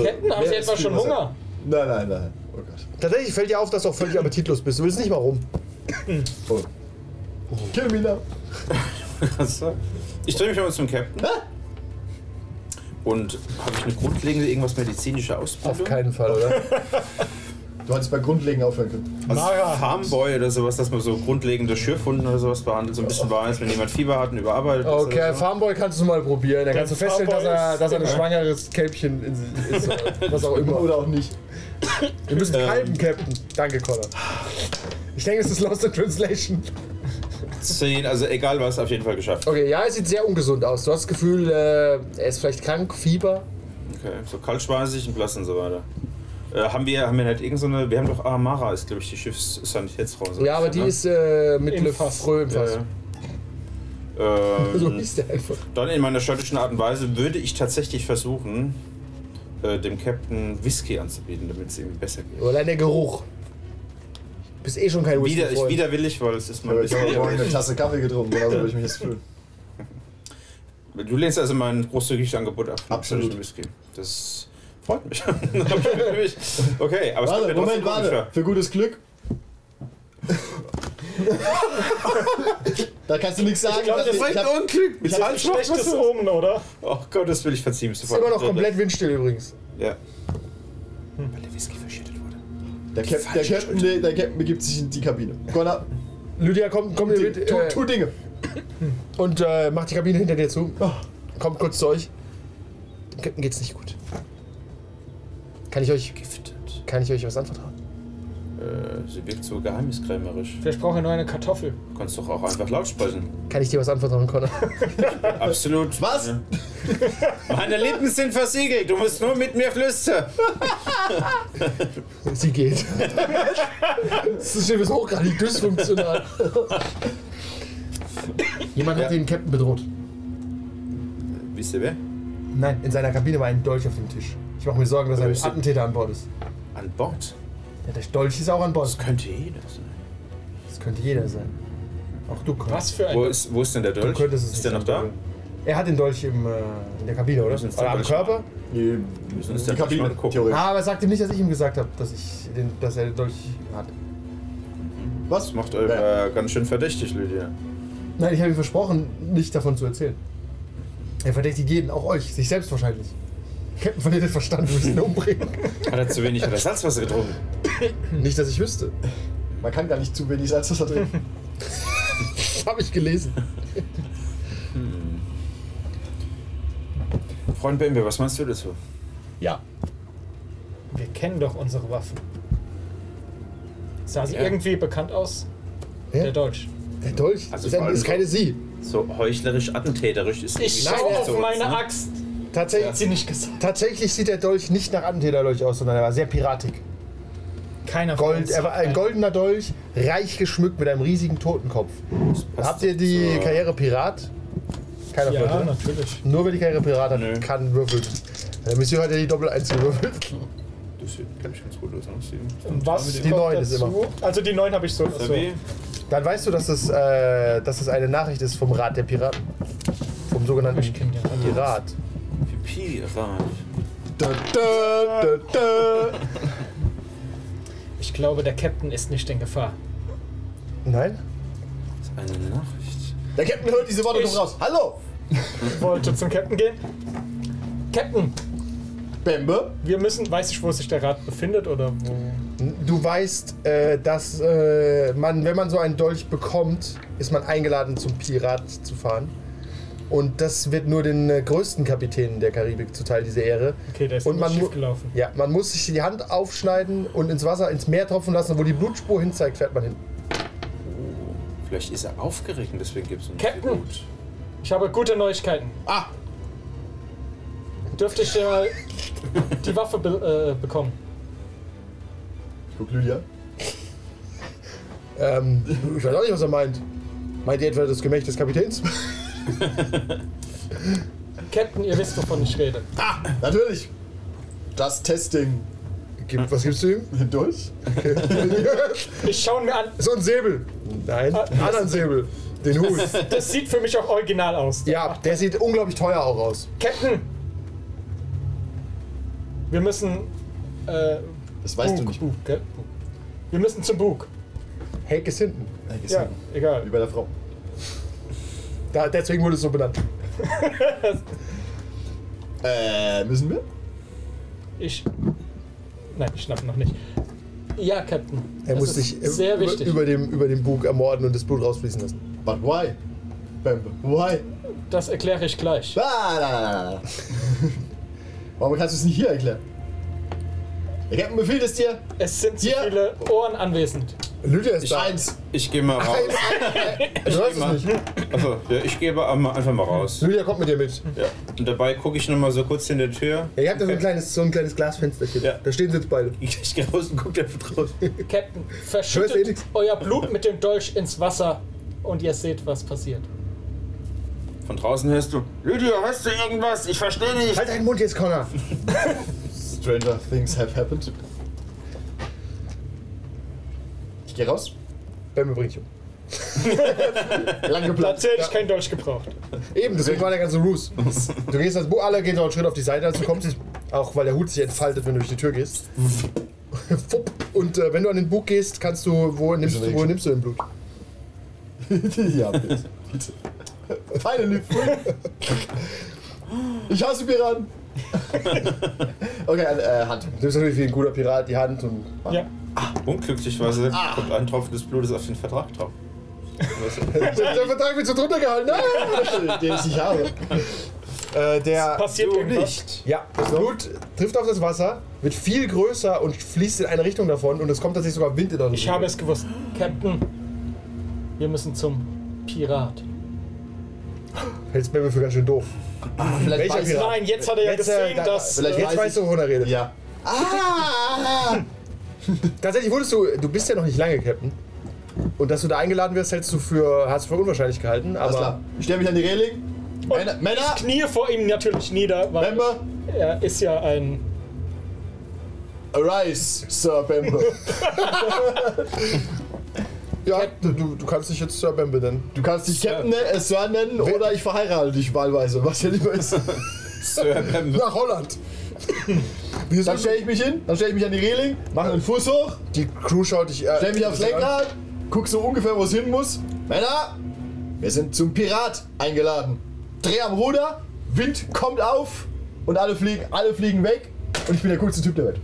Speaker 3: äh,
Speaker 4: Captain, haben
Speaker 3: mehr
Speaker 4: Sie
Speaker 3: als
Speaker 4: etwa schon
Speaker 3: Kühlwasser.
Speaker 4: Hunger?
Speaker 3: Nein, nein, nein. Oh Gott.
Speaker 1: Tatsächlich fällt dir auf, dass du auch völlig appetitlos bist. Du willst nicht mal rum.
Speaker 3: Oh. Kill me now.
Speaker 2: Also, Ich drehe mich nochmal zum Captain. Und habe ich eine grundlegende irgendwas medizinische Ausbildung?
Speaker 1: Auf keinen Fall, oder?
Speaker 3: Du hattest bei grundlegend aufhören können.
Speaker 2: Also Farmboy oder sowas, dass man so grundlegende Schürfwunden oder sowas behandelt, so ein bisschen weiß, wenn jemand Fieber hat und überarbeitet ist
Speaker 1: Okay,
Speaker 2: oder so.
Speaker 1: Farmboy kannst du mal probieren. Dann kannst du feststellen, dass er,
Speaker 4: Farmboy ist-
Speaker 1: dass er ein schwangeres Kälbchen in sie ist. oder Was auch immer.
Speaker 3: Oder auch nicht.
Speaker 1: Wir müssen
Speaker 2: Ähm.
Speaker 1: kalben, Captain. Danke, Connor. Ich denke, es ist Lost in Translation.
Speaker 2: 10, also egal was, auf jeden Fall geschafft.
Speaker 1: Okay, ja, er sieht sehr ungesund aus. Du hast das Gefühl, äh, er ist vielleicht krank, Fieber.
Speaker 2: Okay, so kaltschweißig und blass und so weiter. Äh, haben wir, haben wir nicht irgendeine, wir haben doch Amara, ist glaube ich die Schiffssanitätsfrau. so
Speaker 1: Ja, aber
Speaker 2: ein
Speaker 1: die
Speaker 2: bisschen,
Speaker 1: ist äh, mit
Speaker 4: Im
Speaker 1: Le
Speaker 4: Fass.
Speaker 1: Frö im
Speaker 2: ne?
Speaker 1: Fass.
Speaker 2: Ja, ja.
Speaker 1: So
Speaker 2: ähm,
Speaker 1: hieß der einfach.
Speaker 2: dann in meiner schottischen Art und Weise würde ich tatsächlich versuchen, äh, dem Captain Whisky anzubieten, damit es ihm besser geht.
Speaker 1: Aber allein der Geruch. Du bist eh schon kein
Speaker 2: Wieder, ich
Speaker 1: Whisky-Freund.
Speaker 2: widerwillig, weil es ist mein
Speaker 3: Aber ich habe vorhin eine
Speaker 2: Whisky.
Speaker 3: Tasse Kaffee getrunken. Genauso würde ich mich jetzt fühlen.
Speaker 2: Du lehnst also mein großzügiges Angebot ab.
Speaker 3: Absolut.
Speaker 2: Natürlich Whisky. Das freut mich. okay, aber es
Speaker 3: Warte,
Speaker 2: kommt mir trotzdem
Speaker 3: Moment,
Speaker 2: komisch
Speaker 3: warte.
Speaker 2: vor.
Speaker 3: Für gutes Glück. da kannst du nichts sagen.
Speaker 4: glaub,
Speaker 3: dass
Speaker 4: das
Speaker 3: ich- ich hab-
Speaker 2: Unglück! Mit
Speaker 4: Das ist ein schlechtes Omen, oder?
Speaker 2: Oh Gott, das will ich verziehen.
Speaker 1: Ist immer noch komplett windstill übrigens.
Speaker 2: Ja. Weil der Whisky verschüttet wurde.
Speaker 3: Der, Cap, der, Captain, der, der Captain begibt sich in die Kabine. Connor,
Speaker 1: Lydia, komm, komm dir mit
Speaker 3: tu,
Speaker 1: äh,
Speaker 3: tu Dinge.
Speaker 1: und äh, mach die Kabine hinter dir zu. Kommt kurz zu euch. Dem Captain geht's nicht gut. Kann ich euch,
Speaker 2: Giftet.
Speaker 1: kann ich euch was anvertrauen?
Speaker 2: Äh, sie wirkt so geheimniskrämerisch.
Speaker 4: Vielleicht braucht er nur eine Kartoffel.
Speaker 2: Du kannst doch auch einfach laut sprechen.
Speaker 1: Kann ich dir was anvertrauen, Connor?
Speaker 2: Absolut.
Speaker 3: Was?
Speaker 2: Ja. Meine Lippen sind versiegelt. Du musst nur mit mir flüstern.
Speaker 1: Sie geht. das Schiff ist hochgradig dysfunktional. Jemand hat den Captain bedroht.
Speaker 2: Wisst ihr wer?
Speaker 1: Nein, in seiner Kabine war ein Dolch auf dem Tisch. Ich mache mir Sorgen, dass ein
Speaker 2: Böse.
Speaker 1: Attentäter an Bord ist.
Speaker 2: An Bord.
Speaker 1: Ja, der Dolch ist auch an Bord.
Speaker 2: Das könnte jeder sein.
Speaker 1: Das könnte jeder sein. Auch du, Connor.
Speaker 4: Was für
Speaker 2: Wo
Speaker 4: ein.
Speaker 2: ist, wo ist denn der
Speaker 1: Du
Speaker 2: Dolch?
Speaker 1: könntest es
Speaker 2: ist
Speaker 1: nicht
Speaker 2: der noch da?
Speaker 1: sagen. Er hat den Dolch im, äh, in der Kabine, oder?
Speaker 2: müssen uns
Speaker 1: Oder
Speaker 2: den
Speaker 1: am
Speaker 2: Dolch
Speaker 1: Körper?
Speaker 3: Nee,
Speaker 2: müssen uns
Speaker 3: die
Speaker 2: den
Speaker 3: Kabine,
Speaker 2: Dolch mal gucken.
Speaker 3: theoretisch.
Speaker 1: Ah, aber er sagt ihm nicht, dass ich ihm gesagt habe, dass, ich den- dass er den Dolch hat.
Speaker 3: Was?
Speaker 2: Das macht euch äh, ganz schön verdächtig, Lydia.
Speaker 1: Nein, ich habe ihm versprochen, nicht davon zu erzählen. Er verdächtigt jeden, auch euch, sich selbst wahrscheinlich. Captain verliert den Verstand, wir müssen ihn umbringen.
Speaker 2: Hat er zu wenig Salzwasser getrunken?
Speaker 1: nicht, dass ich wüsste.
Speaker 3: Man kann gar nicht zu wenig Salzwasser trinken.
Speaker 1: Das habe ich gelesen.
Speaker 2: Freund Bembe, was meinst du dazu?
Speaker 1: Ja.
Speaker 4: Wir kennen doch unsere Waffen. Sah sie
Speaker 2: Ja.
Speaker 4: irgendwie bekannt aus?
Speaker 1: Ja.
Speaker 4: Der Deutsch.
Speaker 1: Der Dolch
Speaker 2: Also
Speaker 1: ist,
Speaker 2: vor
Speaker 1: ein,
Speaker 2: allem
Speaker 1: ist
Speaker 2: so-
Speaker 1: keine Sie.
Speaker 2: So heuchlerisch, attentäterisch ist
Speaker 4: Ich
Speaker 1: Nein,
Speaker 4: schau
Speaker 1: er-
Speaker 4: auf meine
Speaker 1: ne?
Speaker 4: Axt.
Speaker 1: Tatsächlich,
Speaker 4: Hat sie nicht gesagt.
Speaker 1: tatsächlich sieht der Dolch nicht nach Attentäterdolch aus, sondern er war sehr piratig.
Speaker 4: Keiner von
Speaker 1: Gold,
Speaker 4: uns
Speaker 1: er
Speaker 4: hat
Speaker 1: war ein
Speaker 4: einen.
Speaker 1: goldener Dolch, reich geschmückt mit einem riesigen Totenkopf. Habt ihr die Karriere Pirat? Keiner von euch,
Speaker 4: Ja,
Speaker 1: oder?
Speaker 4: natürlich.
Speaker 1: Nur wer die Karriere Pirat hat,
Speaker 2: Nö.
Speaker 1: kann würfeln. Der Monsieur hat ja die Doppel-Eins gewürfelt.
Speaker 2: Das sieht, glaube ich, ganz gut aus.
Speaker 4: Und was
Speaker 1: Die
Speaker 4: kommt
Speaker 1: Neun ist
Speaker 4: dazu? Also die 9 habe ich so. Achso.
Speaker 1: Dann weißt du, dass es, äh, dass es eine Nachricht ist vom Rat der Piraten. Vom sogenannten
Speaker 4: Ich kenn den Rat.
Speaker 1: Pirat.
Speaker 2: Pirat.
Speaker 3: Da, da, da, da.
Speaker 4: Ich glaube, der Captain ist nicht in Gefahr.
Speaker 1: Nein?
Speaker 2: Eine Nachricht.
Speaker 3: Der Captain hört diese Worte
Speaker 4: Ich-
Speaker 3: kommt raus. Hallo!
Speaker 4: Ich wollte zum Captain gehen. Captain,
Speaker 3: Bembe?
Speaker 4: wir müssen. Weiß ich, wo sich der Rat befindet oder wo?
Speaker 1: Du weißt, äh, dass äh, man, wenn man so einen Dolch bekommt, ist man eingeladen, zum Pirat zu fahren. Und das wird nur den äh, größten Kapitänen der Karibik zuteil, diese Ehre.
Speaker 4: Okay, der ist
Speaker 1: Und man
Speaker 4: schief
Speaker 1: mu-
Speaker 4: gelaufen.
Speaker 1: Ja, man muss sich die Hand aufschneiden und ins Wasser, ins Meer tropfen lassen. Wo die Blutspur hinzeigt, fährt man hin.
Speaker 2: Vielleicht ist er aufgeregt und deswegen gibt es uns
Speaker 4: Captain!
Speaker 2: Gut.
Speaker 4: Ich habe gute Neuigkeiten.
Speaker 2: Ah!
Speaker 4: Dürfte ich dir mal die Waffe be äh, bekommen?
Speaker 3: Ich guck Lydia.
Speaker 1: Ähm, ich weiß auch nicht, was er meint. Meint ihr etwa das Gemächt des Kapitäns?
Speaker 4: Captain, ihr wisst, wovon ich rede.
Speaker 3: Natürlich! Das Testing
Speaker 1: Gib- Was gibst du ihm?
Speaker 3: durch.
Speaker 4: Ich schaue mir an.
Speaker 1: So ein Säbel. Nein,
Speaker 4: Ah.
Speaker 1: einen anderen Säbel. Den Hut.
Speaker 4: Das sieht für mich auch original aus.
Speaker 1: Ja, der sieht unglaublich teuer auch aus.
Speaker 4: Captain! Wir müssen. Äh,
Speaker 3: Das weißt du
Speaker 4: Bug,
Speaker 3: nicht.
Speaker 4: Bug, gell? Bug. Wir müssen zum Bug.
Speaker 1: Hake ist hinten.
Speaker 3: Nein, ist
Speaker 4: Ja,
Speaker 3: Wie
Speaker 4: egal.
Speaker 3: bei der Frau.
Speaker 1: Da, deswegen wurde es so benannt.
Speaker 3: Äh, müssen wir?
Speaker 4: Ich. Nein, ich schnapp noch nicht. Ja, Captain.
Speaker 1: Er
Speaker 4: das
Speaker 1: muss
Speaker 4: ist
Speaker 1: sich äh,
Speaker 4: Sehr
Speaker 1: über,
Speaker 4: wichtig.
Speaker 1: über, dem, über dem Bug ermorden und das Blut rausfließen lassen.
Speaker 3: But why? Bembe, why?
Speaker 4: das erkläre ich gleich.
Speaker 3: Ah, na, na, na, na. Warum kannst du es nicht hier erklären? Der Captain befiehlt es dir.
Speaker 4: Es sind zu
Speaker 3: Ja.
Speaker 4: viele Ohren anwesend.
Speaker 1: Lydia ist da.
Speaker 3: Eins.
Speaker 2: Ich gehe mal raus.
Speaker 1: Du weißt
Speaker 2: Immer.
Speaker 1: es nicht.
Speaker 2: Also, ja, ich gehe aber einfach mal raus.
Speaker 1: Lydia kommt mit dir mit.
Speaker 2: Ja. Und dabei gucke ich nochmal so kurz in der Tür.
Speaker 1: Ja, ihr habt da so ein kleines, so ein kleines Glasfensterchen.
Speaker 2: Ja.
Speaker 1: Da stehen sie jetzt beide.
Speaker 2: Ich gehe raus und gucke da draußen.
Speaker 4: Captain,
Speaker 1: Hörst du eh
Speaker 4: verschüttet
Speaker 1: nix?
Speaker 4: euer Blut mit dem Dolch ins Wasser und ihr seht, was passiert.
Speaker 2: Von draußen hörst du, Lydia, hörst du irgendwas? Ich verstehe nicht.
Speaker 1: Halt deinen Mund jetzt, Connor.
Speaker 3: Stranger things have happened. Ich geh raus.
Speaker 1: Bämme bringt um.
Speaker 3: Lang geplant.
Speaker 4: Dazu hätte ich keinen Dolch gebraucht.
Speaker 1: Eben, deswegen war der ganze Ruse. Du gehst als Bug, alle gehen so einen Schritt auf die Seite, als du kommst. Auch weil der Hut sich entfaltet, wenn du durch die Tür gehst. Fupp. Und äh, wenn du an den Bug gehst, kannst du. Wo nimmst,
Speaker 3: Wieso
Speaker 1: du- wo nimmst du den Blut?
Speaker 3: ja, bitte. bitte. Finally free. Ich hasse Piraten. okay, äh, Hand.
Speaker 1: Du bist natürlich wie ein guter Pirat die Hand und.
Speaker 4: Ja.
Speaker 2: Unglücklicherweise kommt ein Tropfen des Blutes auf den Vertrag drauf.
Speaker 1: Der Vertrag wird so drunter gehalten.
Speaker 3: Den ich nicht habe.
Speaker 1: äh, der.
Speaker 4: Passiert irgendwas?
Speaker 1: Ja, das Blut trifft auf das Wasser, wird viel größer und fließt in eine Richtung davon und es kommt tatsächlich sogar Wind in der
Speaker 4: Ich habe es gewusst. Captain, wir müssen zum Pirat.
Speaker 1: Hältst Bämme für ganz schön doof.
Speaker 3: Vielleicht
Speaker 1: Welcher
Speaker 3: weiß-
Speaker 1: Pirat?
Speaker 4: Nein, jetzt hat er ja
Speaker 1: Jetzt, äh,
Speaker 4: gesehen,
Speaker 1: da-
Speaker 4: dass.
Speaker 3: vielleicht-
Speaker 4: äh,
Speaker 1: Jetzt weißt du, wovon er redet.
Speaker 3: Ja. Ah!
Speaker 1: Tatsächlich wurdest du, du bist ja noch nicht lange Captain. Und dass du da eingeladen wirst, hältst du für, hast du für unwahrscheinlich gehalten.
Speaker 3: Alles
Speaker 1: Aber
Speaker 3: klar. Ich stelle mich an die Reling. Männer, Männer,
Speaker 4: ich knie vor ihm natürlich nieder, weil
Speaker 3: Bembe,
Speaker 4: er ist ja ein.
Speaker 3: arise, Sir Bembe.
Speaker 1: ja, du- du, du kannst dich jetzt Sir Bambi nennen.
Speaker 3: Du kannst dich Captain nennen, äh, Sir nennen oder ich verheirate dich wahlweise, was dir lieber ist.
Speaker 2: Sir Bam-
Speaker 1: Nach Holland.
Speaker 3: Dann stelle ich mich hin, dann stelle ich mich an die Reling, mache einen Fuß hoch,
Speaker 1: Die Crew schaut dich äh,
Speaker 3: stelle mich aufs Lenkrad, guck so ungefähr, wo es hin muss. Männer, wir sind zum Pirat eingeladen. Dreh am Ruder, Wind kommt auf und alle fliegen, alle fliegen weg und ich bin der coolste Typ der Welt.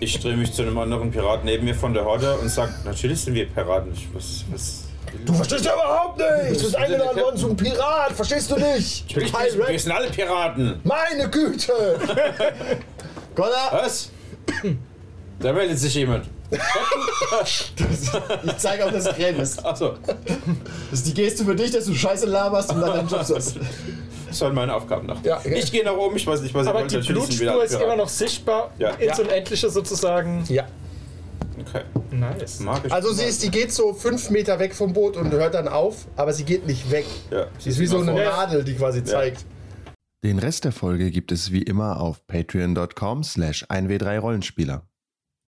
Speaker 2: Ich drehe mich zu einem anderen Pirat neben mir von der Horde und sage, natürlich sind wir Piraten. Ich, was, was,
Speaker 1: Du verstehst ja überhaupt nicht. Du bist eingeladen worden zum Pirat. Verstehst du nicht?
Speaker 2: natürlich, wir, wir sind alle Piraten.
Speaker 1: Meine Güte.
Speaker 3: Connor,
Speaker 2: Was? Da meldet sich jemand.
Speaker 3: ich zeige auf das Gränis.
Speaker 2: Achso,
Speaker 3: Das ist die Geste für dich, dass du Scheiße laberst und dann deinen Job sollst.
Speaker 2: das waren meine Aufgaben nach.
Speaker 1: Ja.
Speaker 2: ich gehe nach oben, ich weiß nicht, was
Speaker 4: Aber
Speaker 2: ich
Speaker 4: die
Speaker 2: wollte. Natürlich sind wir
Speaker 4: Blutspur
Speaker 2: alle
Speaker 4: ist
Speaker 2: Piraten.
Speaker 4: immer noch sichtbar.
Speaker 2: Ja.
Speaker 4: Ins
Speaker 1: Ja.
Speaker 4: Unendliche sozusagen.
Speaker 1: Ja.
Speaker 2: Okay.
Speaker 4: Nice.
Speaker 2: Magisch.
Speaker 1: Also sie ist, die geht so fünf Meter weg vom Boot und hört dann auf, aber sie geht nicht weg.
Speaker 2: Ja,
Speaker 1: Sie ist wie so eine
Speaker 2: vor.
Speaker 1: Nadel, die quasi zeigt.
Speaker 8: Den Rest der Folge gibt es wie immer auf patreon.com slash 1w3rollenspieler.